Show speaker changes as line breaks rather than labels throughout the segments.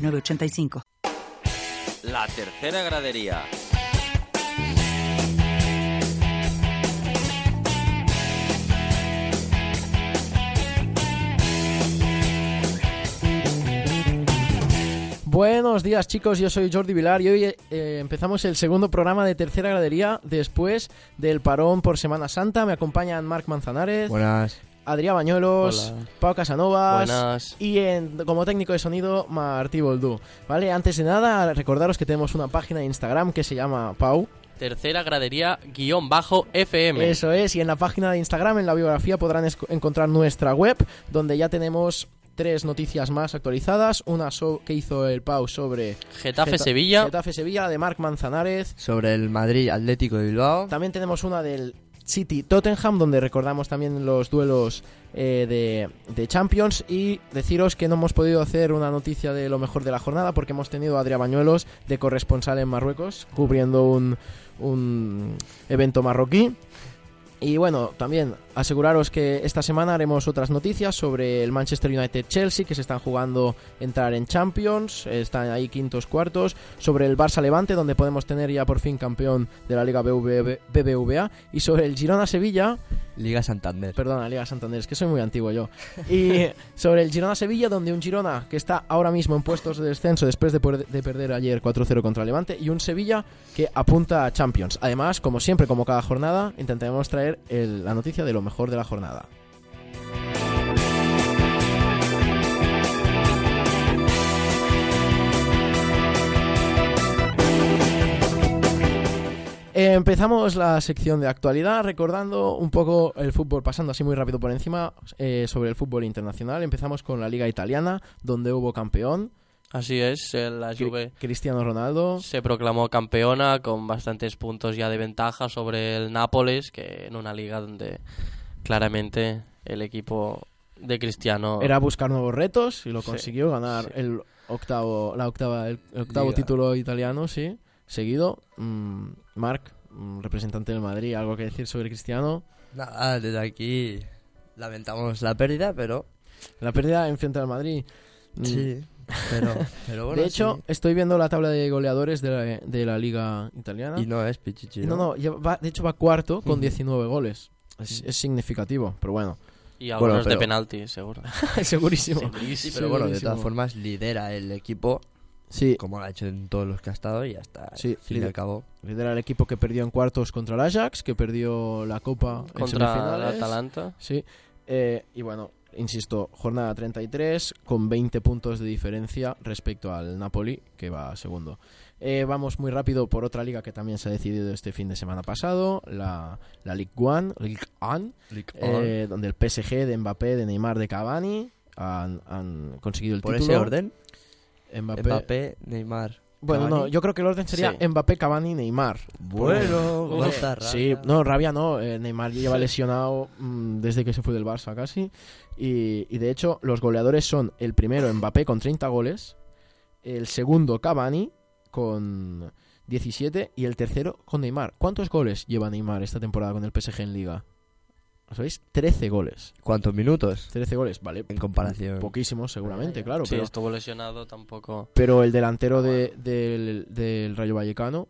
985.
La tercera gradería.
Buenos días chicos, yo soy Jordi Vilar y hoy eh, empezamos el segundo programa de Tercera Gradería después del parón por Semana Santa. Me acompañan Marc Manzanares.
Buenas.
Adrián Bañuelos,
Hola.
Pau Casanovas
Buenas.
y en- como técnico de sonido Martí Boldú. ¿Vale? Antes de nada, recordaros que tenemos una página de Instagram que se llama Pau.
Tercera gradería guión bajo FM.
Eso es, y en la página de Instagram, en la biografía, podrán esco- encontrar nuestra web, donde ya tenemos tres noticias más actualizadas. Una so- que hizo el Pau sobre
Getafe
Geta-
Sevilla.
Getafe Sevilla, la de Marc Manzanares.
Sobre el Madrid Atlético de Bilbao.
También tenemos una del City Tottenham, donde recordamos también los duelos eh, de, de Champions. Y deciros que no hemos podido hacer una noticia de lo mejor de la jornada porque hemos tenido a Adrià Bañuelos de corresponsal en Marruecos, cubriendo un, un evento marroquí. Y bueno, también aseguraros que esta semana haremos otras noticias sobre el Manchester United Chelsea, que se están jugando entrar en Champions, están ahí quintos, cuartos, sobre el Barça Levante, donde podemos tener ya por fin campeón de la Liga BBVA, BBVA, y sobre el Girona Sevilla,
Liga Santander.
perdona, Liga Santander, es que soy muy antiguo yo, y sobre el Girona Sevilla, donde un Girona que está ahora mismo en puestos de descenso después de, per- de perder ayer 4-0 contra Levante, y un Sevilla que apunta a Champions. Además, como siempre, como cada jornada, intentaremos traer el- la noticia de lo mejor de la jornada. Eh, Empezamos la sección de actualidad recordando un poco el fútbol, pasando así muy rápido por encima eh, sobre el fútbol internacional. Empezamos con la liga italiana, donde hubo campeón,
Así es, eh, la
Cri-
Juve
Cristiano Ronaldo.
se proclamó campeona con bastantes puntos ya de ventaja sobre el Nápoles, que en una liga donde claramente el equipo de Cristiano
Era buscar nuevos retos y lo
Sí,
consiguió ganar
sí.
el octavo, la octava, el octavo
Liga.
título italiano, sí, seguido. Mm, Marc, mm, representante del Madrid, algo que decir sobre Cristiano.
Nada, desde aquí lamentamos la pérdida, pero.
La pérdida en frente al Madrid. Mm,
Sí. Pero, pero bueno.
de hecho, estoy viendo la tabla de goleadores de la, de la liga italiana.
sí. Y no es Pichichi.
No, no, ya va- de hecho va cuarto con
Ujú.
19 goles. Es, es significativo, pero bueno.
y algunos
Bueno, pero-
de penalti, seguro.
Segurísimo.
Sí, pero bueno, de
segurísimo.
todas formas lidera el equipo,
Sí,
como lo ha hecho en todos los que ha estado y hasta
Sí,
el fin y
lider-
al cabo.
lidera el equipo que perdió en cuartos contra el Ajax, que perdió la Copa Ah, en
Contra el
semifinales.
Atalanta.
Sí. eh, y bueno, insisto, jornada 33 con 20 puntos de diferencia respecto al Napoli, que va segundo. Eh, vamos muy rápido por otra liga que también se ha decidido este fin de semana pasado, la, la Ligue 1, eh, donde el PSG de Mbappé, de Neymar, de Cavani han, han conseguido el
Por
título.
ese orden,
Mbappé-
Mbappé, Neymar.
Bueno, no,
Cavani.
yo creo que el orden sería
Sí.
Mbappé, Cavani, Neymar.
Bueno,
Hombre,
Gonza Raya.
Sí, no, rabia no. eh, Neymar lleva lesionado mm, desde que se fue del Barça casi. Y, y de hecho, los goleadores son el primero Mbappé con 30 goles, el segundo Cavani con 17 y el tercero con Neymar. ¿Cuántos goles lleva Neymar esta temporada con el PSG en Liga? ¿Lo sabéis? 13 goles.
¿Cuántos minutos?
13 goles, vale.
En comparación.
Poquísimos, seguramente, claro.
Sí,
pero,
estuvo lesionado tampoco.
pero el delantero de- del, del Rayo Vallecano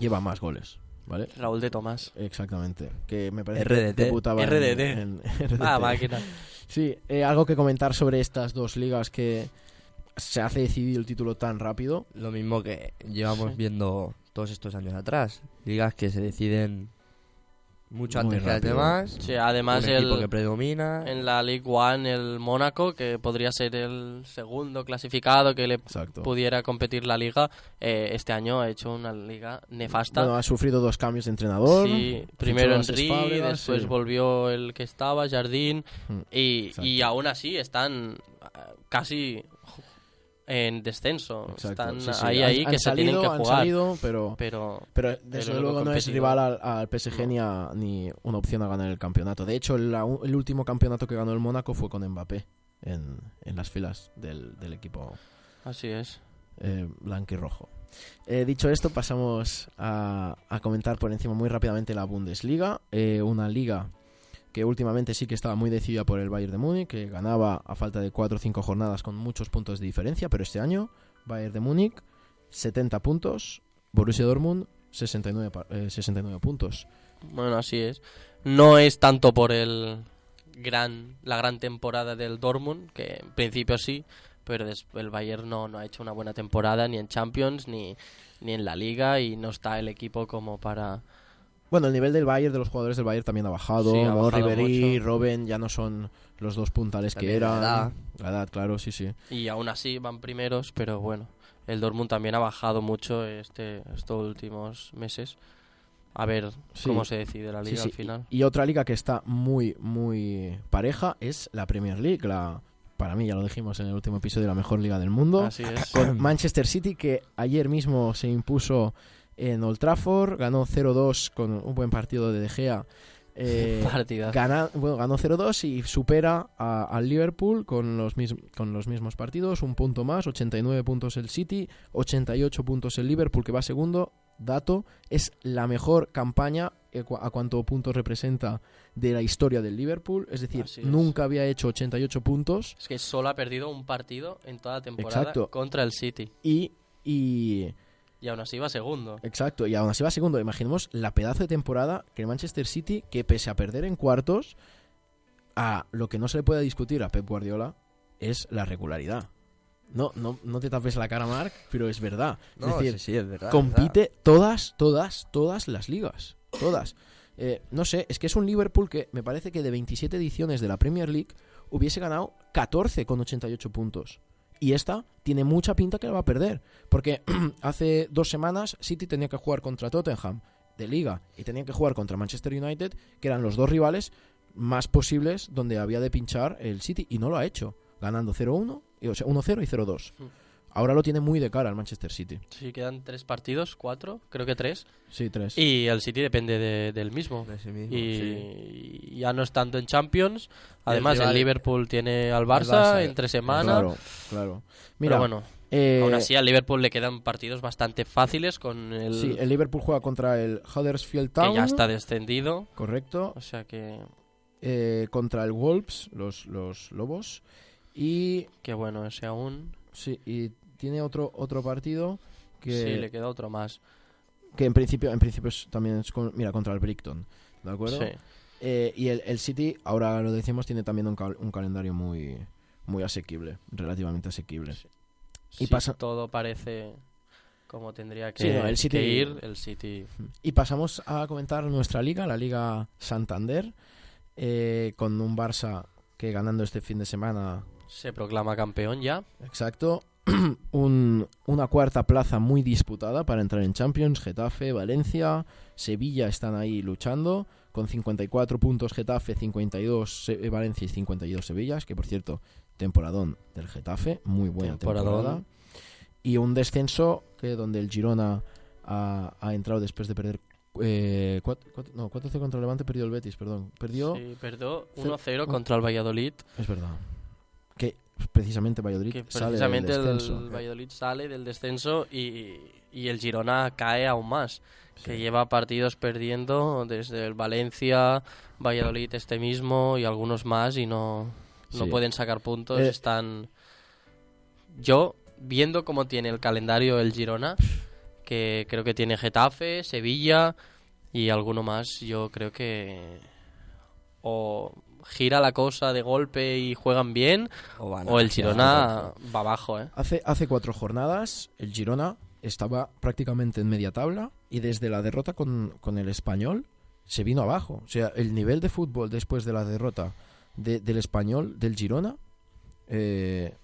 lleva más goles, ¿vale?
Raúl de Tomás.
Exactamente. Que me parece
RDT.
que debutaba en-
RDT.
en- en RDT.
Ah, máquina.
Sí, eh, algo que comentar sobre estas dos ligas que se hace decidido el título tan rápido.
Lo mismo que llevamos
Sí.
viendo todos estos años atrás. Ligas que se deciden mucho
Muy
antes que las
rápido.
demás.
Sí, además
un equipo que
el,
predomina.
en la League One el Mónaco, que podría ser el segundo clasificado que le
Exacto.
pudiera competir la liga, eh, este año ha hecho una liga nefasta.
Bueno, ha sufrido dos cambios de entrenador.
Sí,
Fichó
primero
a
Henry,
Fábregas,
después
sí.
volvió el que estaba, Jardín,
Mm,
y,
exacto.
y aún así están ah, casi ju- en descenso.
Exacto,
Están
sí, sí.
ahí,
Han-
ahí,
han
que se tienen
salido,
que
han
jugar.
salido, pero,
Pero
pero
pero
desde
lo
luego no es
competitivo.
rival al, al PSG ni, a- ni una opción a ganar el campeonato. De hecho, la u- el último campeonato que ganó el Mónaco fue con Mbappé en, en las filas del, del equipo
así es.
eh, blanquirrojo. Eh, dicho esto, pasamos a, a comentar por encima muy rápidamente la Bundesliga, eh, una liga que últimamente sí que estaba muy decidida por el Bayern de Múnich, que ganaba a falta de 4 o 5 jornadas con muchos puntos de diferencia, pero este año Bayern de Múnich 70 puntos, Borussia Dortmund 69, pa- eh, 69 puntos.
Bueno, así es. No es tanto por el gran la gran temporada del Dortmund, que en principio sí, pero des- el Bayern no, no ha hecho una buena temporada ni en Champions ni, ni en la Liga y no está el equipo como para...
Bueno, el nivel del Bayern, de los jugadores del Bayern también ha bajado.
Sí, ha
Mo,
bajado
Ribery,
mucho.
Robben ya no son los dos puntales que
También la
eran.
edad.
La edad, claro, sí, sí.
Y aún así van primeros, pero bueno, el Dortmund también ha bajado mucho este estos últimos meses. A ver
Sí.
cómo se decide la
Sí,
Liga
sí.
al final.
Y otra liga que está muy, muy pareja es la Premier League. La, para mí, ya lo dijimos en el último episodio, la mejor liga del mundo.
Así es.
Con Manchester City, que ayer mismo se impuso en Old Trafford, ganó 0-2 con un buen partido de De Gea. Eh,
Partida.
gana- bueno, ganó 0-2 y supera a- al Liverpool con los, mis- con los mismos partidos, un punto más, 89 puntos el City, 88 puntos el Liverpool que va segundo, dato, es la mejor campaña eh, cua- a cuánto puntos representa de la historia del Liverpool, es decir,
Así es.
nunca había hecho 88 puntos
Es que solo ha perdido un partido en toda la temporada
Exacto.
contra el City.
y... y
Y aún así va segundo.
Exacto, y aún así va segundo. Imaginemos la pedazo de temporada que el Manchester City, que pese a perder en cuartos, a lo que no se le puede discutir a Pep Guardiola es la regularidad. No, no, no te tapes la cara, Mark, pero es verdad.
No,
es decir,
sí, sí, es verdad.
compite todas, todas, todas las ligas. Todas. Eh, no sé, es que es un Liverpool que me parece que de 27 ediciones de la Premier League hubiese ganado 14 con 88 puntos. Y esta tiene mucha pinta que la va a perder. Porque hace dos semanas City tenía que jugar contra Tottenham de liga y tenía que jugar contra Manchester United, que eran los dos rivales más posibles donde había de pinchar el City. Y no lo ha hecho, ganando 0-1, y- o sea, 1-0 y 0-2. Ahora lo tiene muy de cara el Manchester City.
Sí, quedan tres partidos, cuatro, creo que tres.
Sí, tres.
Y el City depende de- del mismo.
De sí mismo,
y
sí.
y ya no es tanto en Champions. Además, el,
rival-
Liverpool tiene al
Barça,
Barça,
eh.
entre semana.
Claro, claro. Mira,
pero bueno,
eh,
aún así al Liverpool le quedan partidos bastante fáciles con el,
sí, el Liverpool juega contra el Huddersfield Town.
que ya está descendido.
Correcto.
O sea que,
eh, contra el Wolves, los, los Lobos. Y,
que bueno, ese aún.
sí, y tiene otro, otro partido que,
Sí, le queda otro más.
que en principio, en principio es- también es con- mira, contra el Brighton. ¿De acuerdo?
Sí.
Eh, y el, el City, ahora lo decimos, tiene también un, cal- un calendario muy, muy asequible, relativamente asequible. Y
Si
pasa-
todo parece como tendría que,
Sí, no, el City-
que ir, el City
Y pasamos a comentar nuestra liga, la Liga Santander, eh, con un Barça que ganando este fin de semana,
se proclama campeón ya.
exacto, un- una cuarta plaza muy disputada para entrar en Champions, Getafe, Valencia, Sevilla están ahí luchando, con 54 puntos Getafe, 52 Se- eh, Valencia y 52 Sevillas, que por cierto, temporadón del Getafe, muy buena
Temporadón.
temporada. Y un descenso que donde el Girona ha, ha entrado después de perder eh, cuat- cuat- no, 4-0 contra el Levante, perdió el Betis, perdón. Perdió,
Sí, perdió
Cer-
1-0 contra el Valladolid,
es verdad. Que precisamente Valladolid
que
sale del
precisamente el,
descenso.
Valladolid sale del descenso y, y el Girona cae aún más, que
Sí.
lleva partidos perdiendo desde el Valencia, Valladolid este mismo y algunos más y no, no
Sí.
pueden sacar puntos,
Eh.
están... Yo, viendo cómo tiene el calendario el Girona, que creo que tiene Getafe, Sevilla y alguno más, yo creo que... O gira la cosa de golpe y juegan bien,
O, van a-
o el Girona va abajo, ¿eh?
Hace, hace cuatro jornadas el Girona estaba prácticamente en media tabla y desde la derrota con, con el español se vino abajo. O sea, el nivel de fútbol después de la derrota de- del español, del Girona, eh,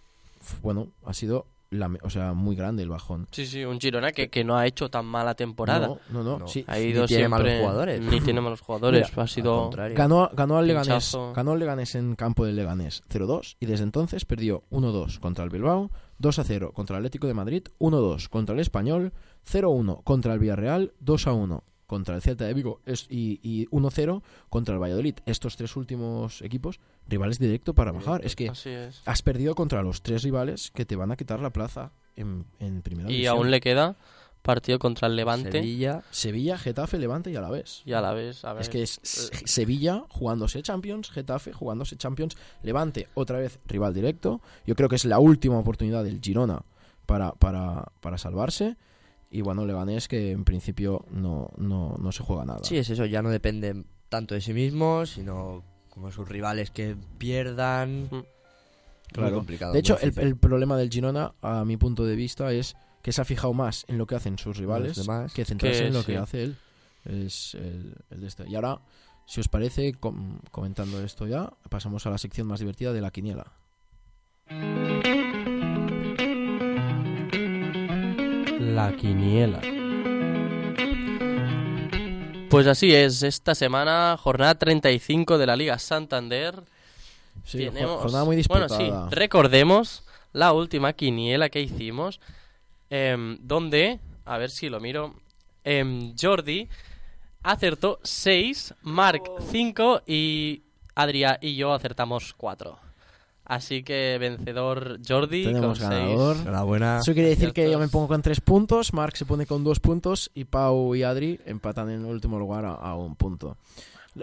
f- bueno, ha sido lame- o sea, muy grande el bajón.
Sí, sí, un Girona que, que no ha hecho tan mala temporada.
No, no, no.
No.
sí.
Ha
Ni
ido
tiene malos
siempre-
jugadores.
Ni tiene malos jugadores. ha
Al
sido.
contrario.
Ganó, ganó al Leganés,
Pinchazo.
ganó al Leganés en campo del Leganés 0-2 y desde entonces perdió 1-2 contra el Bilbao, 2-0 contra el Atlético de Madrid, 1-2 contra el Español, 0-1 contra el Villarreal, 2-1 contra el Celta de Vigo es- y, y 1-0 contra el Valladolid. Estos tres últimos equipos, rivales directo para bajar. Es que
Así es.
has perdido contra los tres rivales que te van a quitar la plaza en, en primera
Y
división.
aún le queda partido contra el Levante.
Sevilla,
Sevilla, Getafe, Levante y Alavés.
Y a la vez, a ver.
Es que es
Eh.
Se- Sevilla jugándose Champions, Getafe jugándose Champions, Levante otra vez rival directo. Yo creo que es la última oportunidad del Girona para, para, para salvarse. Y bueno, Leganés que en principio no, no, no se juega nada.
Sí, es eso, ya no depende tanto de sí mismo, sino como sus rivales que pierdan.
Mm.
Claro.
Muy complicado.
de hecho,
muy
el,
difícil.
el problema del Girona, a mi punto de vista, es que se ha fijado más en lo que hacen sus rivales
Los demás.
que centrarse
Que
en lo
sí.
que hace él. Es el, el de este. Y ahora, si os parece, com- comentando esto ya, pasamos a la sección más divertida de la quiniela.
La quiniela. Pues así es, esta semana, jornada 35 de la Liga Santander.
Sí, jo-
Tenemos-
jornada muy
bueno,
disputada.
sí, recordemos la última quiniela que hicimos, em, donde, a ver si lo miro, em, Jordi acertó 6, Mark 5 y Adrià y yo acertamos 4. Así que vencedor Jordi
Tenemos
con
ganador.
6.
Enhorabuena.
Eso quiere decir que yo
Aciertos.
me pongo con tres puntos, Mark se pone con dos puntos y Pau y Adri empatan en el último lugar a, a un punto.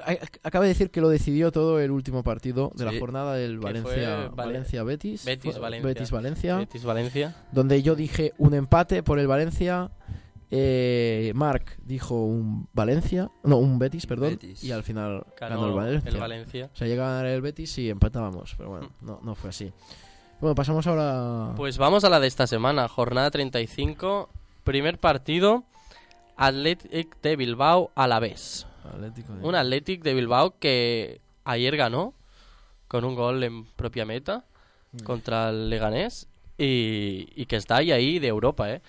A- a- Acaba de decir que lo decidió todo el último partido de la
Sí.
jornada del
Que
Valencia,
fue Vale-
Valencia Betis,
Betis,
Fue-
Valencia.
Betis Valencia,
Betis Valencia.
donde yo dije un empate por el Valencia, eh, Mark dijo un Valencia, no un Betis, perdón,
Betis.
y al final ganó,
Ganó
el Valencia.
el Valencia.
O sea, llega a ganar el Betis y empatábamos, pero bueno, no, no fue así. Bueno, pasamos ahora.
Hmm. Pues vamos a la de esta semana, jornada 35, primer partido, Athletic de Bilbao a la vez.
Atlético de-
Un Athletic de Bilbao que ayer ganó con un gol en propia meta
Mm.
contra el Leganés y, y que está ahí, ahí de Europa, ¿eh?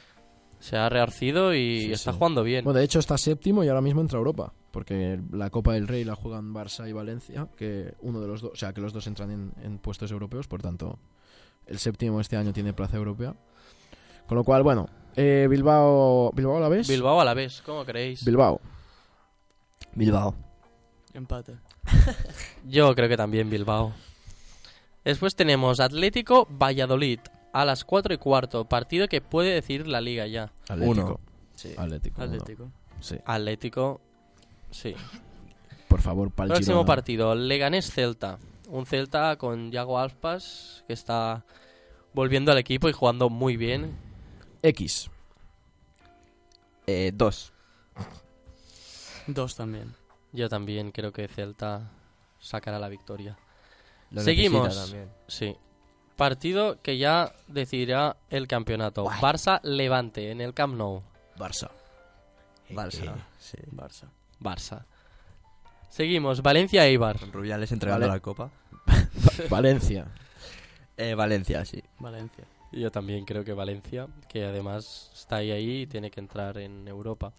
Se ha rearcido y
Sí,
está
sí.
jugando bien.
Bueno, de hecho está séptimo y ahora mismo entra a Europa. Porque la Copa del Rey la juegan Barça y Valencia, que uno de los dos, o sea, que los dos entran en, en puestos europeos, por tanto, el séptimo este año tiene plaza europea. Con lo cual, bueno, eh, Bilbao, Bilbao la ves?
Bilbao a la vez, ¿cómo creéis?
Bilbao.
Bilbao.
Empate. Yo creo que también Bilbao. Después tenemos Atlético Valladolid a las 4 y cuarto, partido que puede decir la liga ya.
Atlético.
Sí.
Atlético. uno. Sí.
Atlético, sí.
Por favor, pa'l
Próximo
Girona.
partido, Leganés Celta. Un Celta con Yago Aspas que está volviendo al equipo y jugando muy bien.
X.
Eh, dos.
Dos también.
Yo también creo que Celta sacará la victoria.
Lo
Seguimos.
necesita también.
Sí. Partido que ya decidirá el campeonato. Barça Levante en el Camp Nou.
Barça.
Barça. Sí.
Barça.
Barça. Seguimos, Valencia Eibar.
Con Rubiales entregando
Vale.
la copa.
Valencia.
Eh, Valencia, sí.
Valencia.
Yo también creo que Valencia, que además está ahí ahí y tiene que entrar en Europa.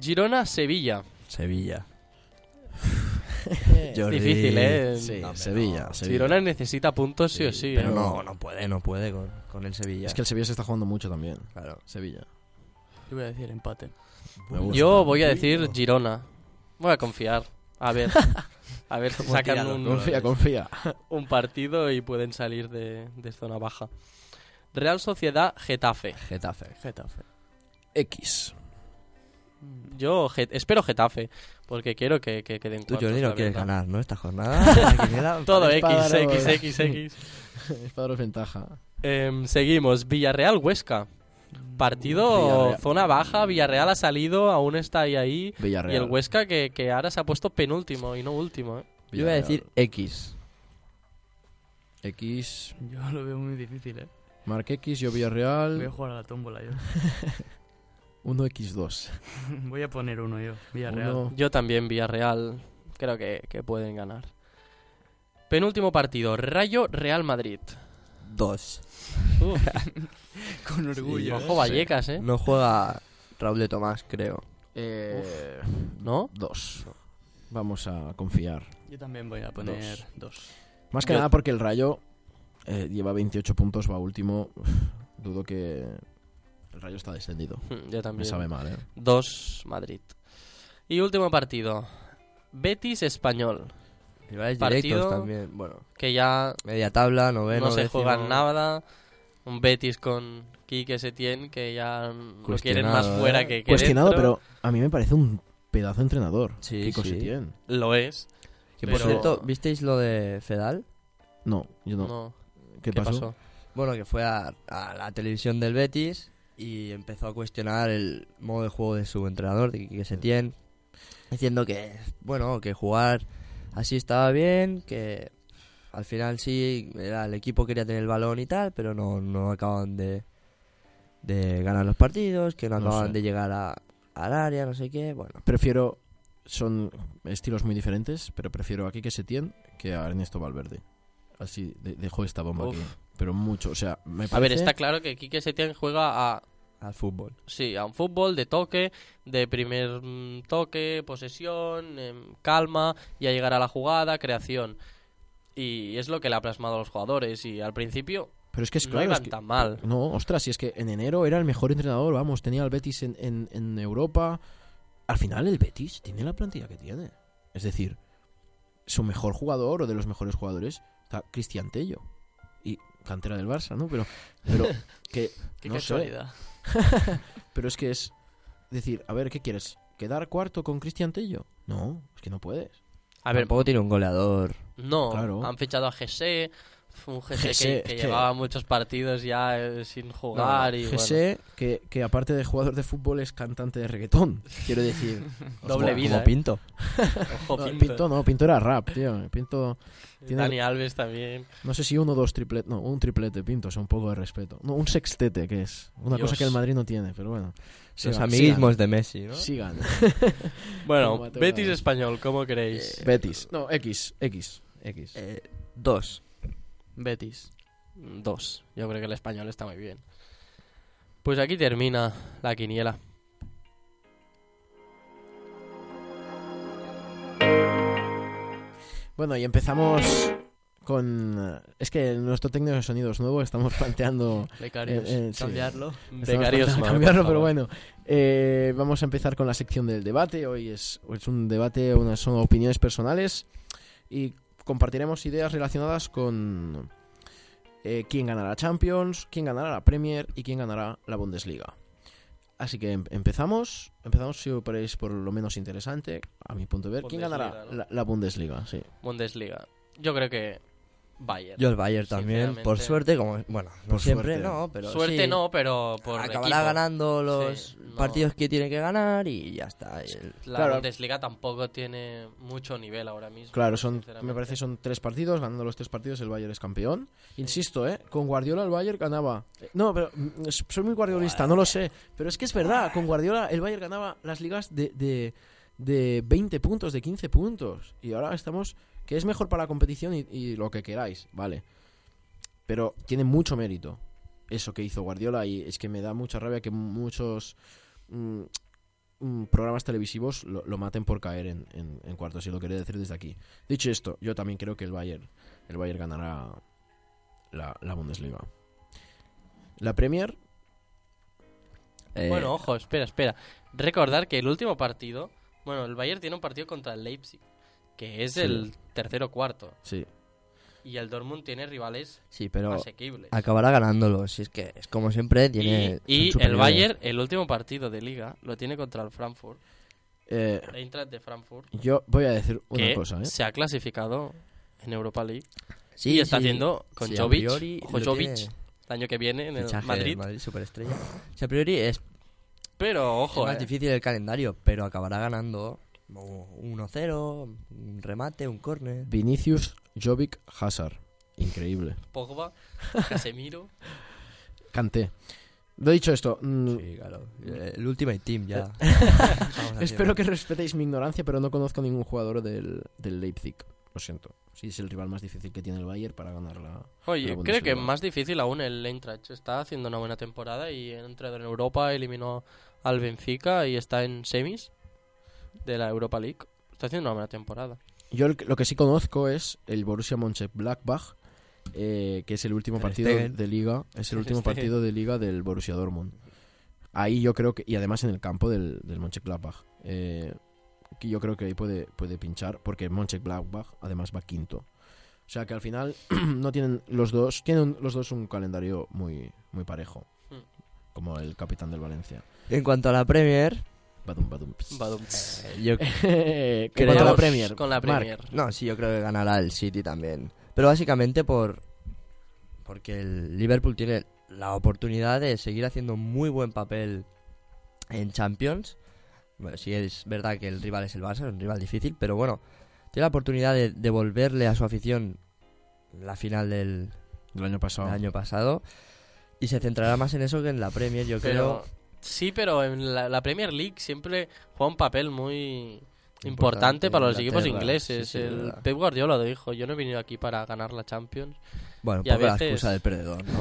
Girona Sevilla.
Sevilla.
Eh,
Jordi.
Difícil, ¿eh?
sí,
No, hombre,
Sevilla.
no.
Sevilla.
Girona necesita puntos sí, o sí.
Pero
¿eh?
no, no puede, no puede con, con el Sevilla.
Es que el Sevilla se está jugando mucho también.
Claro.
Sevilla.
Yo voy a decir empate.
Me
Pues
gusta.
Yo voy a decir Girona. Voy a confiar. A ver. A ver si
Cómo
sacan
tiran los
un,
colores.
Confía, confía.
un partido y pueden salir de, de zona baja. Real Sociedad Getafe.
Getafe.
Getafe.
X.
Yo Ge- espero Getafe, porque quiero que, que queden
Tú,
cuartos,
Jordi,
la
no quieres
verdad.
ganar, ¿no? Esta jornada. La quiniela.
Todo
Tres
X,
pájaros.
X, X, X.
Es para daros ventaja.
Em, seguimos. Villarreal Huesca. Partido
Villarreal.
zona baja. Villarreal ha salido, aún está ahí ahí.
Villarreal.
Y el Huesca que, que ahora se ha puesto penúltimo y no último. ¿eh?
Yo voy a decir X.
X.
Yo lo veo muy difícil, ¿eh?
Mark X, yo
Voy a
Villarreal.
jugar a la tómbola yo.
1X2.
voy a poner uno yo. Villarreal.
Uno-
Yo también, Villarreal. Creo que, que pueden ganar. Penúltimo partido. Rayo Real Madrid.
2. Con orgullo.
Ojo Vallecas, ¿eh?
No juega Raúl de Tomás, creo.
Eh,
¿No?
dos. Vamos a confiar.
Yo también voy a poner dos.
Más que
Yo-
nada porque el Rayo eh, lleva 28 puntos, va último. Uf, Dudo que el Rayo está descendido.
Hm, Yo
Me
también.
sabe mal, ¿eh?
2 Madrid. Y último partido. Betis Español,
Rivales
Partido-
directos también. Bueno,
que ya
media tabla, noveno,
no se
décimo.
juegan nada. Un Betis con Quique Setién que ya lo quieren más
Cuestionado,
fuera
¿eh?
que, que
Cuestionado,
dentro.
pero a mí me parece un pedazo de entrenador.
Sí,
Kiko
sí.
Setién.
lo es.
Que por
Pero-
cierto, ¿visteis lo de Fedal?
No, yo no.
No.
¿Qué,
¿Qué
pasó?
pasó?
Bueno, que fue a, a la televisión del Betis y empezó a cuestionar el modo de juego de su entrenador, de que se tiene, diciendo que, bueno, que jugar así estaba bien, que al final sí, era, el equipo quería tener el balón y tal, pero no, no acaban de, de ganar los partidos, que no
No
acaban
sé.
de llegar a- al área, no sé qué, bueno.
Prefiero. Son estilos muy diferentes, pero prefiero a Kike Setién que a Ernesto Valverde. Así de- dejo esta bomba
Uf.
aquí. Pero mucho, o sea, me parece.
A ver, está claro que Quique Setién juega a
Al fútbol.
sí, a un fútbol de toque, de primer mm, toque, posesión, em, calma, ya llegar a la jugada, creación. Y es lo que le ha plasmado a los jugadores y al principio
Pero es que es
no
claro.
iban
es que-
tan mal.
No, ostras, si es que en enero era el mejor entrenador, vamos, tenía al Betis en, en- en Europa. Al final el Betis tiene la plantilla que tiene. Es decir, su mejor jugador o de los mejores jugadores está Cristian Tello. Y cantera del Barça, ¿no? Pero, pero que
Qué
no sé.
casualidad.
Pero es que es decir, a ver, ¿qué quieres? ¿Quedar cuarto con Cristian Tello? No, es que no puedes.
A ver,
Tampoco tiene un goleador.
No,
Claro.
han fichado a GC, un
GC,
GC, que, que
es que-
llevaba muchos partidos ya eh, sin jugar y bueno,
José, que, que aparte de jugador de fútbol es cantante de reggaetón. Quiero decir,
doble
como,
vida.
como
eh.
Pinto.
Ojo,
no,
Pinto.
Pinto no, Pinto era rap, tío. Pinto tiene-
Dani Alves también.
No sé si uno o dos tripletes. No, un triplete, Pinto, o sea, un poco de respeto. No, un sextete, que es. Una
Dios.
cosa que el Madrid no tiene, pero bueno.
Los
Sigan,
amiguismos de Messi, ¿no?
Sigan.
Bueno,
Como Mateo Eh,
Betis
Laoz.
español, ¿cómo creéis?
sigan. Betis. No, X, X, X.
Eh, dos.
Betis.
Dos. Yo creo que el español está muy bien. Pues aquí termina la quiniela.
Bueno, y empezamos con. Es que nuestro técnico de sonidos nuevo, estamos planteando.
Becarios.
Eh, eh, sí.
Cambiarlo.
estamos
Becarios,
planteando
no,
cambiarlo,
por
pero
favor.
bueno. Eh, vamos a empezar con la sección del debate. Hoy es, es un debate, unas son opiniones personales. Y compartiremos ideas relacionadas con. eh, quién ganará la Champions, quién ganará la Premier y quién ganará la Bundesliga. Así que em- empezamos, empezamos si os parece por lo menos interesante, a mi punto de ver, quién
Bundesliga,
ganará
¿no?
la, la Bundesliga, sí.
Bundesliga. Yo creo que Bayern.
Yo el Bayern también, por
Sinceramente.
suerte, como bueno, no
Por
siempre
suerte.
no, pero
Suerte
sí,
no, pero por
acabará
equipo.
ganando los
Sí, no.
partidos que tiene que ganar y ya está. El-
La
Claro.
Bundesliga tampoco tiene mucho nivel ahora mismo.
Claro, son, me
sinceramente.
parece que son tres partidos, ganando los tres partidos el Bayern es campeón. Insisto, ¿eh? con Guardiola el Bayern ganaba... No, pero mm, es- soy muy guardiolista, no lo sé, pero es que es verdad, con Guardiola el Bayern ganaba las ligas de, de, de 20 puntos, de 15 puntos, y ahora estamos... que es mejor para la competición y, y lo que queráis, vale. Pero tiene mucho mérito eso que hizo Guardiola y es que me da mucha rabia que muchos... mm, mm, programas televisivos lo, lo maten por caer en, en, en cuartos, y lo quería decir desde aquí. Dicho esto, yo también creo que el Bayern, el Bayern ganará la, la Bundesliga. La Premier,
eh,
Bueno, ojo, espera, espera. Recordar que el último partido, bueno, el Bayern tiene un partido contra el Leipzig, que es
Sí.
el tercero cuarto,
sí.
y el Dortmund tiene rivales
sí, pero
asequibles.
acabará ganándolos. Si es que es como siempre tiene.
Y, y
son
el
superiores.
Bayern, el último partido de liga, lo tiene contra el Frankfurt,
Eh,
el Eintracht de Frankfurt,
yo voy a decir una
que
cosa, ¿eh?
se ha clasificado en Europa League
Sí,
y está
sí,
haciendo con
sí, a
Jovic,
priori
ojo,
lo
Jovic,
tiene.
el año que viene en el
Fichaje del
Madrid,
Madrid superestrella. O sea, a priori es,
pero ojo,
es más
eh.
difícil el calendario, pero acabará ganando como 1-0, un remate, un córner.
Vinicius, Jovic, Hazard. Increíble.
Pogba, Casemiro,
Canté. Lo dicho esto, mm,
Sí, claro. El Ultimate Team ya.
espero que respetéis mi ignorancia, pero no conozco ningún jugador del, del Leipzig. lo siento. Sí, es el rival más difícil que tiene el Bayern para ganar la.
Oye,
la
creo
Bundesliga.
que más difícil aún el Eintracht. Está haciendo una buena temporada y ha entrado en Europa, eliminó al Benfica y está en semis de la Europa League. Está haciendo una buena temporada.
Yo el- lo que sí conozco es el Borussia Mönchengladbach, eh, que es el último
Ter
partido
Stegen.
de liga, es el
Ter
último
Stegen.
partido de liga del Borussia Dortmund. Ahí yo creo que y además en el campo del, del Mönchengladbach, eh, que yo creo que ahí puede puede pinchar porque Mönchengladbach además va quinto. O sea que al final no tienen los dos tienen los dos un calendario muy muy parejo,
Hmm.
como el capitán del Valencia.
En cuanto a la Premier,
Badum badum. ps.
Badum.
eh, yo
En cuanto a la
Creo-
Premier,
Con la
Marc,
Premier.
No, sí, yo creo que ganará el City también. Pero básicamente por porque el Liverpool tiene la oportunidad de seguir haciendo muy buen papel en Champions. Bueno, sí es verdad que el rival es el Barça, es un rival difícil, pero bueno, tiene la oportunidad de devolverle a su afición la final del,
del año pasado.
del año pasado y se centrará más en eso que en la Premier, yo creo.
Pero, sí, pero en la, la Premier League siempre juega un papel muy importante,
Importante,
para los equipos
Inglaterra,
ingleses.
sí, sí,
el
verdad.
Pep Guardiola lo dijo, yo no he venido aquí para ganar la Champions.
Bueno, un
y a
poco la
veces-
excusa del perdedor, ¿no?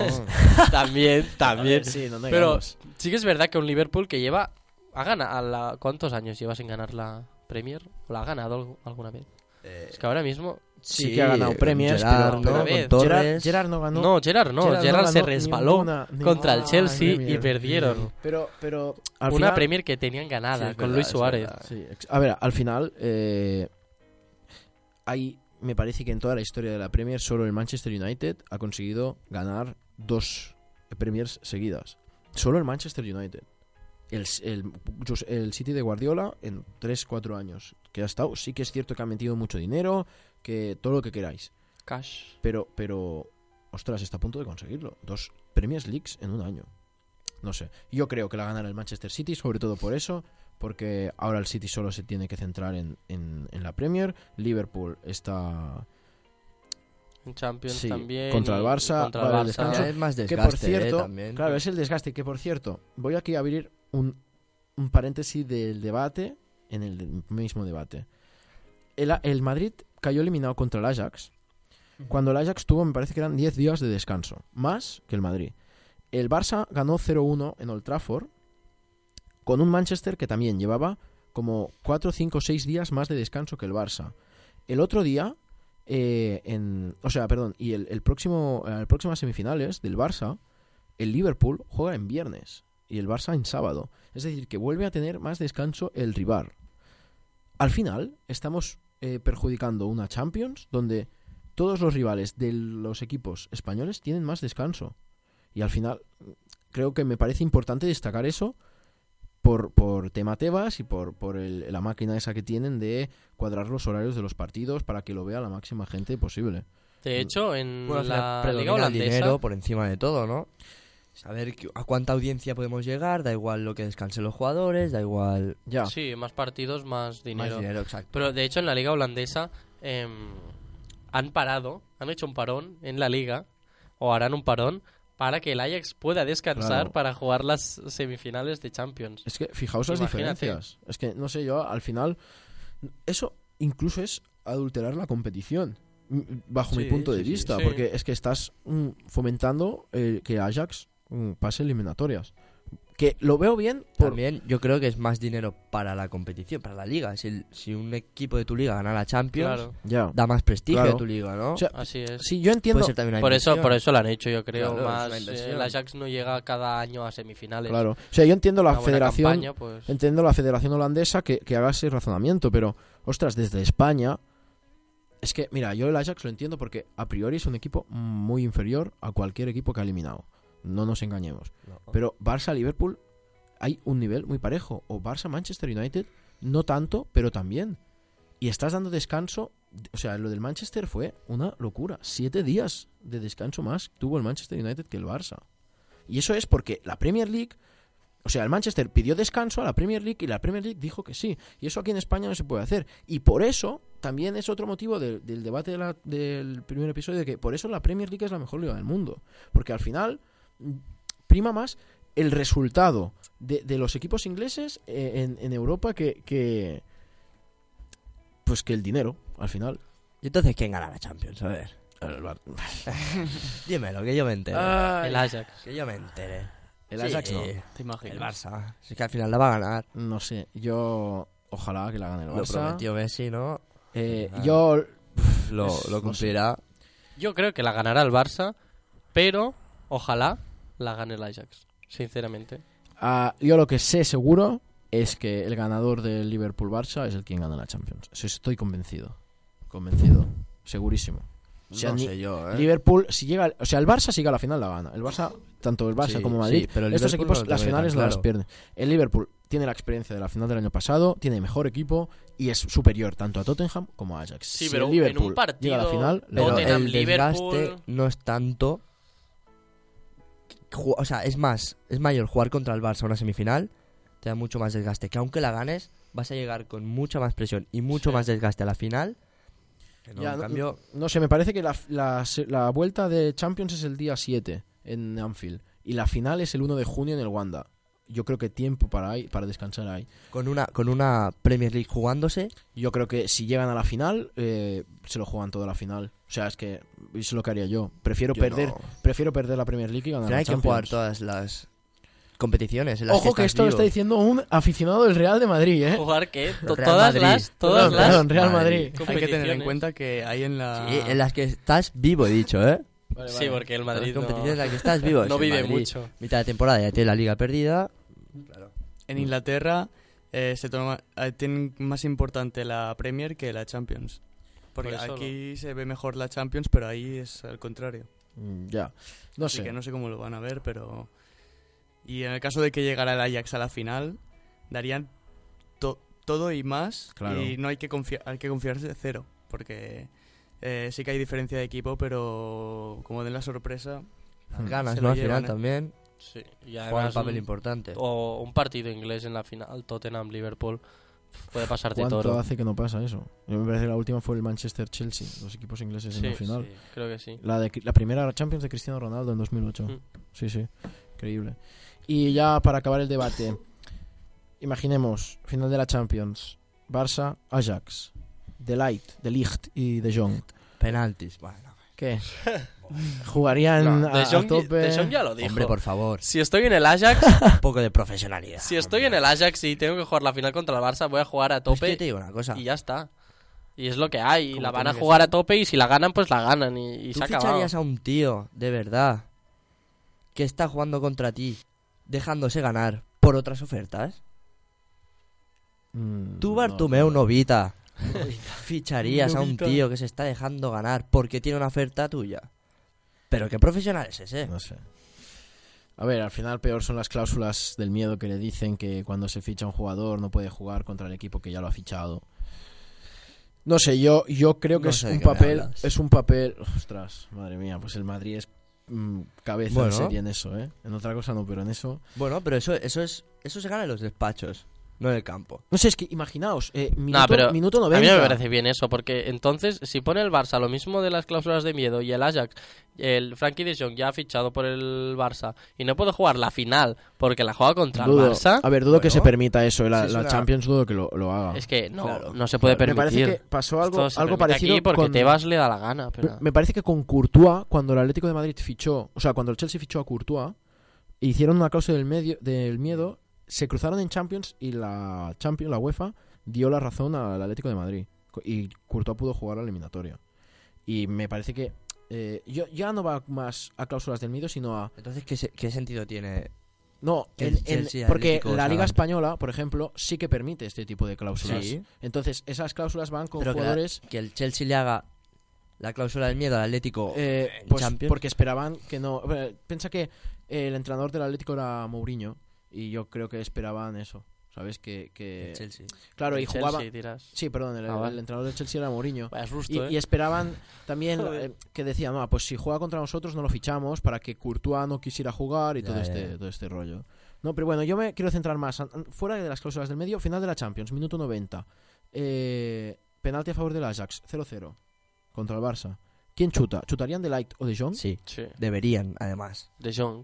también, también.
Sí, no
Pero
negamos.
sí que es verdad que un Liverpool que lleva... Ha ganado, a la- ¿Cuántos años lleva sin ganar la Premier? ¿O la ha ganado algo- alguna vez?
Eh,
Es que ahora mismo...
sí que ha ganado
con
premios,
Gerrard,
pero-
¿no?
pero a
Con
ver,
Torres.
Gerard, Gerard Ah, no ganó.
No, Gerard no. Gerard,
Gerrard no
se
ganó
resbaló
ninguna- ninguna
contra el Chelsea y
Premier.
perdieron.
Pero, pero
Una Premier que tenían ganada
Sí, es
con
verdad,
Luis
es
Suárez.
verdad.
Sí, ex- a ver, al final eh, hay, me parece que en toda la historia de la Premier solo el Manchester United ha conseguido ganar dos Premiers seguidas. Solo el Manchester United. El, s- el, Jus- el City de Guardiola en 3-4 años que ha estado. Sí que es cierto que ha metido mucho dinero, que todo lo que queráis.
Cash.
Pero, pero, ostras, está a punto de conseguirlo. Dos Premiers Leagues en un año. No sé. Yo creo que la ganará el Manchester City, sobre todo por eso, porque ahora el City solo se tiene que centrar en, en- en la Premier. Liverpool está
En Champions
sí,
también.
contra el
y-
Barça,
contra
para
el
el
Barça.
descanso.
Ya es más
que
desgaste,
por
eh,
cierto,
también.
claro, es el desgaste. Que por cierto, voy aquí a abrir un, un paréntesis del debate en el de- mismo debate. El, A- el Madrid cayó eliminado contra el Ajax cuando el Ajax tuvo, me parece que eran 10 días de descanso, más que el Madrid. El Barça ganó 0-1 en Old Trafford con un Manchester que también llevaba como 4, 5, 6 días más de descanso que el Barça. El otro día, eh, en, o sea, perdón, y el, el próximo, las próximas semifinales del Barça, el Liverpool juega en viernes y el Barça en sábado. Es decir, que vuelve a tener más descanso el rival. Al final, estamos eh, perjudicando una Champions donde todos los rivales de los equipos españoles tienen más descanso. Y al final, creo que me parece importante destacar eso por, por tema Tebas y por, por el- la máquina esa que tienen de cuadrar los horarios de los partidos para que lo vea la máxima gente posible.
De hecho, en
Bueno, al final
la
predomina
Liga
el
Holandesa.
dinero por encima de todo, ¿no? Saber que- a cuánta audiencia podemos llegar, da igual lo que descansen los jugadores, da igual
Ya.
Sí, más partidos, más dinero.
más dinero, exacto.
Pero de hecho, en la Liga Holandesa em, han parado, han hecho un parón en la Liga, o harán un parón, para que el Ajax pueda descansar
Claro.
para jugar las semifinales de Champions.
Es que fijaos las
Imagínate.
diferencias. Es que, no sé, yo al final. Eso incluso es adulterar la competición. m- Bajo mi
Sí,
punto
sí,
de
sí,
vista.
sí.
Porque es que estás mm, fomentando eh, que Ajax mm, pase eliminatorias. Que lo veo bien por.
También yo creo que es más dinero para la competición, para la liga. Si, el- si un equipo de tu liga gana la Champions,
Claro,
Ya.
da más prestigio
Claro.
a tu liga, ¿no?
O sea,
así es.
sí, yo entiendo.
Puede ser también una
Por eso,
inversión.
por eso lo han hecho, yo
Claro,
creo.
es una
más eh,
inversión.
el Ajax no llega cada año a semifinales.
Claro. O sea, yo entiendo la
Una buena
federación.
campaña, pues.
Entiendo la Federación Holandesa que, que haga ese razonamiento, pero, ostras, desde España. Es que, mira, yo el Ajax lo entiendo porque a priori es un equipo muy inferior a cualquier equipo que ha eliminado. No nos engañemos.
No.
Pero Barça-Liverpool hay un nivel muy parejo. O Barça-Manchester United, no tanto, pero también. Y estás dando descanso. O sea, lo del Manchester fue una locura. Siete días de descanso más tuvo el Manchester United que el Barça. Y eso es porque la Premier League. O sea, el Manchester pidió descanso a la Premier League y la Premier League dijo que sí. Y eso aquí en España no se puede hacer. Y por eso también es otro motivo del, del debate de la- del primer episodio de que por eso la Premier League es la mejor liga del mundo. Porque al final mm, prima más el resultado de, de los equipos ingleses eh, en, en Europa que, que- Pues que el dinero, al final.
¿Y entonces quién ganará la Champions? A ver.
El Bar-
Dímelo, que yo me entere.
El Ajax.
Que yo me entere.
Ah. El
Sí,
Ajax no.
¿Te imaginas?
El Barça. Sí que al final la va a ganar.
No sé, yo ojalá que la gane el
Lo
Barça.
prometió Messi, ¿no?
Eh,
Ah.
yo
Lo,
Es-
lo
no
cumplirá.
Yo creo que la ganará el Barça, pero ojalá la gane el Ajax, sinceramente.
ah, yo lo que sé seguro es que el ganador del Liverpool Barça es el quien gana la Champions. Eso estoy convencido. Convencido, segurísimo. O sea,
no
ni-
sé yo, ¿eh?
Liverpool si llega, o sea, el Barça sigue a la final la gana. El Barça tanto el Barça
Sí,
como
sí,
Madrid,
pero el
estos
Liverpool
equipos
no lo
las
veo tan
finales no las
claro.
pierden. El Liverpool tiene la experiencia de la final del año pasado, tiene mejor equipo y es superior tanto a Tottenham como a Ajax.
Sí,
Si
pero
el
en un
Liverpool llega a la
partido
final, le
Pero
gana.
Tottenham,
el desgaste
Liverpool.
no es tanto. Ju- O sea, es más, es mayor jugar contra el Barça una semifinal. Te da mucho más desgaste. Que aunque la ganes, vas a llegar con mucha más presión y mucho
Sí.
más desgaste a la final. Que no,
Ya,
en
no-
cambio,
No sé, me parece que la, la- la vuelta de Champions es el día 7 en Anfield y la final es el 1 de junio en el Wanda. Yo creo que tiempo para, ahí, para descansar ahí.
con una, con una Premier League jugándose,
Yo creo que si llegan a la final, eh, se lo juegan toda la final. O sea, es que eso es lo que haría yo. Prefiero
Yo
perder
no.
prefiero perder la Premier League y ganar
Al final
la
hay que
Champions.
jugar todas las competiciones. en las
Ojo que
estás
esto lo
vivo.
está diciendo un aficionado del Real de Madrid, ¿eh?
Jugar que to-
Real
todas
Madrid.
las todas
Perdón,
las
perdón, Real Madrid.
Hay que tener en
competiciones.
cuenta que hay en la...
Sí, en las que estás vivo, he dicho, ¿eh?
Sí, porque el Madrid
las competiciones en
no,
las que estás vivo.
no
Si el
vive
Madrid,
mucho.
Mitad de temporada ya tiene la liga perdida.
En Inglaterra eh, se toma, eh, tienen más importante la Premier que la Champions. Porque
Por eso
aquí se ve mejor la Champions, pero ahí es al contrario.
Mm, Ya. No
Así
sé.
que no sé cómo lo van a ver, pero... Y en el caso de que llegara el Ajax a la final, darían to- todo y más.
Claro.
Y no hay que, confiar, hay que confiarse cero, porque eh, sí que hay diferencia de equipo, pero como den la sorpresa...
Mm.
Las ganas,
Se
¿no?
lo
Al
llevan,
final
¿eh?
también.
Sí, y
Juega un
además
papel
un-
importante.
o un partido inglés en la final, Tottenham Liverpool puede pasarte
¿Cuánto
todo.
hace que no pasa eso? Yo me parece que la última fue el Manchester Chelsea, los equipos ingleses en la final.
creo que sí.
La, de, la primera Champions de Cristiano Ronaldo en 2008.
Mm.
Sí, sí. Increíble. Y ya para acabar el debate, imaginemos, final de la Champions, Barça, Ajax, De Light, De Ligt y De Jong.
Penaltis. Bueno,
¿Qué? ¿Jugarían
No,
a,
de,
a
Jong,
tope?
de Jong ya lo dijo.
hombre, por favor.
Si estoy en el Ajax,
Un poco de profesionalidad.
si estoy en
hombre.
el Ajax y tengo que jugar la final contra el Barça, voy a jugar a
Pero es que
tope
yo te digo una cosa.
y ya está. Y es lo que hay, y
Como
la van a
tiene que
jugar a tope y si la ganan, pues la ganan y, y
¿Tú
se ha acabado.
ficharías a un tío, de verdad, que está jugando contra ti, dejándose ganar por otras ofertas?
Mm,
Tú,
no,
Bartomeu
claro.
Novita, ficharías a un
Novita.
tío que se está dejando ganar porque tiene una oferta tuya. Pero qué profesional es ese.
No sé. A ver, al final peor son las cláusulas del miedo que le dicen que cuando se ficha un jugador no puede jugar contra el equipo que ya lo ha fichado. No sé, yo, yo creo que
No
es
sé de
un
qué me
papel.
hablas.
Es un papel. Ostras, madre mía, pues el Madrid es mm, cabeza
Bueno.
de serie en eso, ¿eh? En otra cosa no, pero en eso.
Bueno, pero eso, eso es eso se gana en los despachos, no en el campo.
No sé, es que imaginaos, eh, minuto,
pero
minuto
A
90.
mí no me parece bien eso, porque entonces, si pone el Barça lo mismo de las cláusulas de miedo y el Ajax, el Frankie de Jong ya ha fichado por el Barça y no puede jugar la final porque la juega contra
Dudo- Ah,
el Barça,
a ver, dudo que
Bueno.
se permita eso. eh, La,
Sí, es
la
una-
Champions dudo que lo, lo haga.
es que no,
Claro.
no se puede
me parece
permitir.
que pasó algo,
Esto se
algo
permite
parecido
aquí porque
con,
Tebas le da la gana, pero...
Me parece que con Courtois, cuando el Atlético de Madrid fichó, o sea, cuando el Chelsea fichó a Courtois, hicieron una causa del, medio, del miedo, se cruzaron en Champions y la Champions, la UEFA, dio la razón al Atlético de Madrid. Co- Y Courtois pudo jugar la eliminatoria. Y me parece que eh, yo ya no va más a cláusulas del miedo, sino a...
Entonces, ¿qué, se- qué sentido tiene?
No,
Que
en-
el
en-
Chelsea,
porque
Atlético,
la
o sea-
Liga Española, por ejemplo, sí que permite este tipo de cláusulas.
Sí.
Entonces, esas cláusulas van con
Pero que la-
jugadores...
Que el Chelsea le haga la cláusula del miedo al Atlético.
Eh,
en
pues
Champions.
porque esperaban que no. bueno, Piensa que eh, el entrenador del Atlético era Mourinho y yo creo que esperaban eso. ¿Sabes? Que. que-
el Chelsea.
Claro, y
Chelsea,
jugaba.
dirás.
Sí, perdón, el,
Ah, vale.
el entrenador del Chelsea era Mourinho.
Vaya susto,
Y,
¿eh?
y esperaban también
Joder.
eh, que decían, "No, pues si juega contra nosotros no lo fichamos para que Courtois no quisiera jugar y
Ya,
todo,
ya,
este,
ya.
todo este rollo. No, pero bueno, yo me quiero centrar más. an- an- Fuera de las cláusulas del medio, final de la Champions, minuto 90. Eh, penalti a favor del Ajax, 0-0 contra el Barça. ¿Quién chuta? ¿Chutarían de Light o de Jong?
Sí,
Sí,
deberían, además.
de Jong.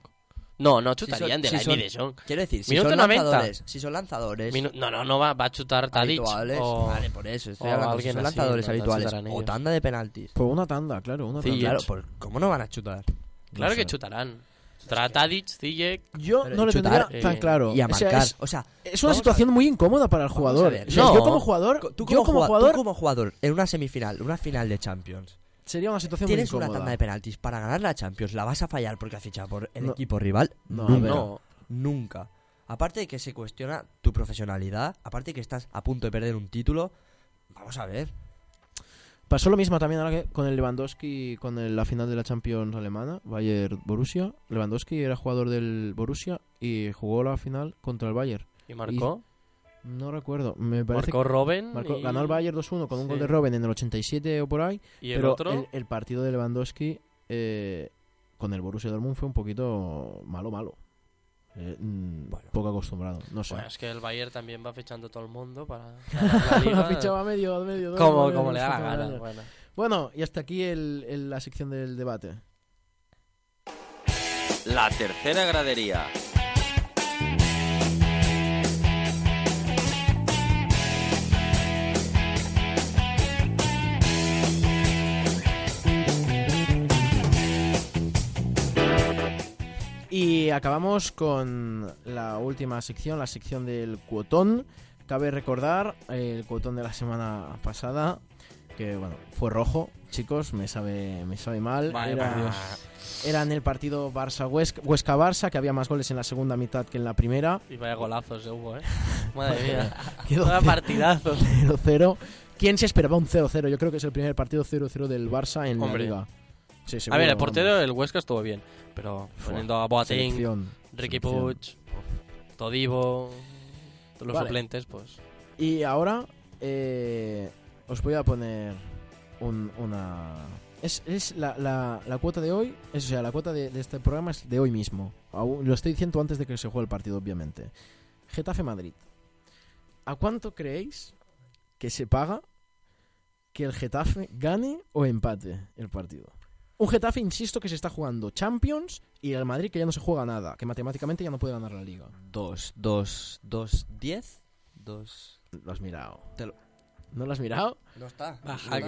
No, no
son-
chutarían
si
de
son-
Jong. de Jong.
Quiero decir, si
Minuto
son
90.
lanzadores, si son lanzadores
Minu- No, no, no va, va a chutar Tadic.
habituales,
o-
vale, por eso, estoy
o
hablando, si
alguien
son
así,
lanzadores
no, no
habituales
chutarán
o
ellos.
tanda de penaltis. Pues
Por Pues una tanda, claro, una
Sí,
tanda.
Ziyech.
claro, por- ¿cómo no van a chutar?
Claro
No
que
sé.
chutarán. Chutará Tadic, Ziyech.
Yo
Pero
no lo
chutar,
tendría tan
eh,
claro.
Y a
O sea,
marcar,
es,
o sea,
es una
vamos a
situación muy incómoda para el jugador.
ver.
O sea,
No.
Yo como jugador,
ver, tú
yo
como,
como
jugua- tú
jugador
como jugador en una semifinal, una final de Champions,
sería una situación muy
tienes una
incómoda.
tanda de penaltis para ganar la Champions, la vas a fallar porque ha fichado por el
No.
equipo rival.
No, a
nunca,
ver.
No.
nunca. Aparte de que se cuestiona tu profesionalidad, aparte de que estás a punto de perder un título, vamos a ver.
Pasó lo mismo también ahora que con el Lewandowski con el- la final de la Champions alemana, Bayern Borussia. Lewandowski era jugador del Borussia y jugó la final contra el Bayern.
¿Y marcó?
No recuerdo, me parece
Marcó Robben.
que marcó-
y-
ganó el Bayern 2-1 con un
Sí.
gol de Robben en el 87 o por ahí,
Y el
pero
otro.
El, el partido de Lewandowski eh, con el Borussia Dortmund fue un poquito malo malo. Eh, mm,
Bueno.
poco acostumbrado, no sé.
Bueno, es que el Bayern también va fichando todo el mundo para. ganar la liga.
Ha fichado a medio, a medio, a
como,
medio,
como le da la
a medio.
gana. pues. Bueno.
Bueno, y hasta aquí el- el- la sección del debate.
La tercera gradería.
Y acabamos con la última sección, la sección del cuotón. Cabe recordar eh, el cuotón de la semana pasada, que bueno, fue rojo, chicos, me sabe, me sabe mal.
Vaya,
Era-
por Dios.
era en el partido Barça-Huesca- Huesca-Barça, que había más goles en la segunda mitad que en la primera.
Y vaya golazos de hubo, ¿eh? Madre mía.
Quedó
Una partidazo.
0-0. ¿Quién se esperaba un 0-0? Yo creo que es el primer partido 0-0 del Barça en la
Hombre.
liga. Sí,
A ver,
seguro,
el portero,
vamos.
el Huesca estuvo bien. Pero
Fua,
poniendo a Boateng,
Selección,
Ricky
selección.
Puig, Todivo, los
Vale.
suplentes, pues.
Y ahora eh, os voy a poner un- una... Es, es la, la- la cuota de hoy, es, o sea, la cuota de, de este programa es de hoy mismo. Aún- lo estoy diciendo antes de que se juegue el partido, obviamente. Getafe Madrid. ¿A cuánto creéis que se paga que el Getafe gane o empate el partido? Un Getafe, insisto, que se está jugando Champions y el Madrid que ya no se juega nada, que matemáticamente ya no puede ganar la liga.
2, 2, 2, 10, 2.
Lo has mirado.
Te lo-
¿No lo has mirado?
No está.
Va,
No
hacker.
está.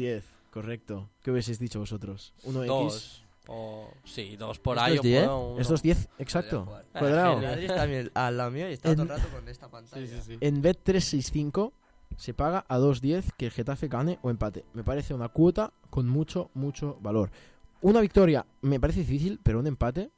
Bien, 2-10, correcto. ¿Qué hubieses dicho vosotros? 1X.
Dos. O, sí, dos Ah, por
¿Esto
ahí.
es
o
diez?
puedo uno.
Es 2-10, exacto.
Podría jugar.
Cuadrado.
El Madrid está bien al lado mío y está todo el rato con esta pantalla.
Sí, sí, sí.
En Bet365 se paga a 2-10 que el Getafe gane o empate. Me parece una cuota con mucho, mucho valor. Una victoria me parece difícil, pero un empate.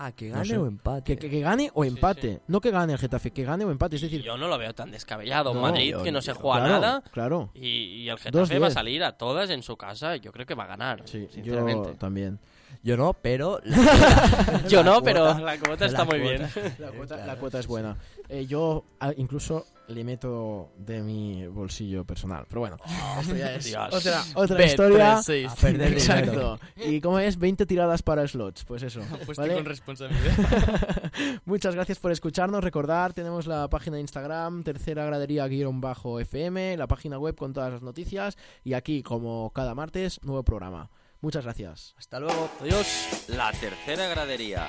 Ah, que
No
gane
sé.
o empate.
Que, que- que gane o empate. No que gane el Getafe, que gane o empate. Es decir,
Yo no lo veo tan descabellado.
No,
Madrid,
yo-
que no
yo-
se juega
claro,
nada.
Claro.
Y, y el
Dos
Getafe va a
diez.
salir a todas en su casa. Yo creo que va a ganar,
Sí,
sinceramente.
yo también.
Yo no, pero. la-
Yo
la
no, pero
cuota-
la cuota está
la
muy bien.
cuota-
La
Eh,
cuota, la
claro,
cuota es
sí,
buena. Eh, yo ah, incluso le meto de mi bolsillo personal. Pero bueno, esto ya es
Dios.
otra, otra
Bet
historia.
36.
A perder dinero.
Exacto. ¿Y cómo es? 20 tiradas para slots. Pues eso.
Apuesta
¿vale?
con responsabilidad.
Muchas gracias por escucharnos. Recordar, tenemos la página de Instagram, tercera gradería guión bajo FM, la página web con todas las noticias. Y aquí, como cada martes, nuevo programa. Muchas gracias.
Hasta luego.
Adiós.
La tercera gradería.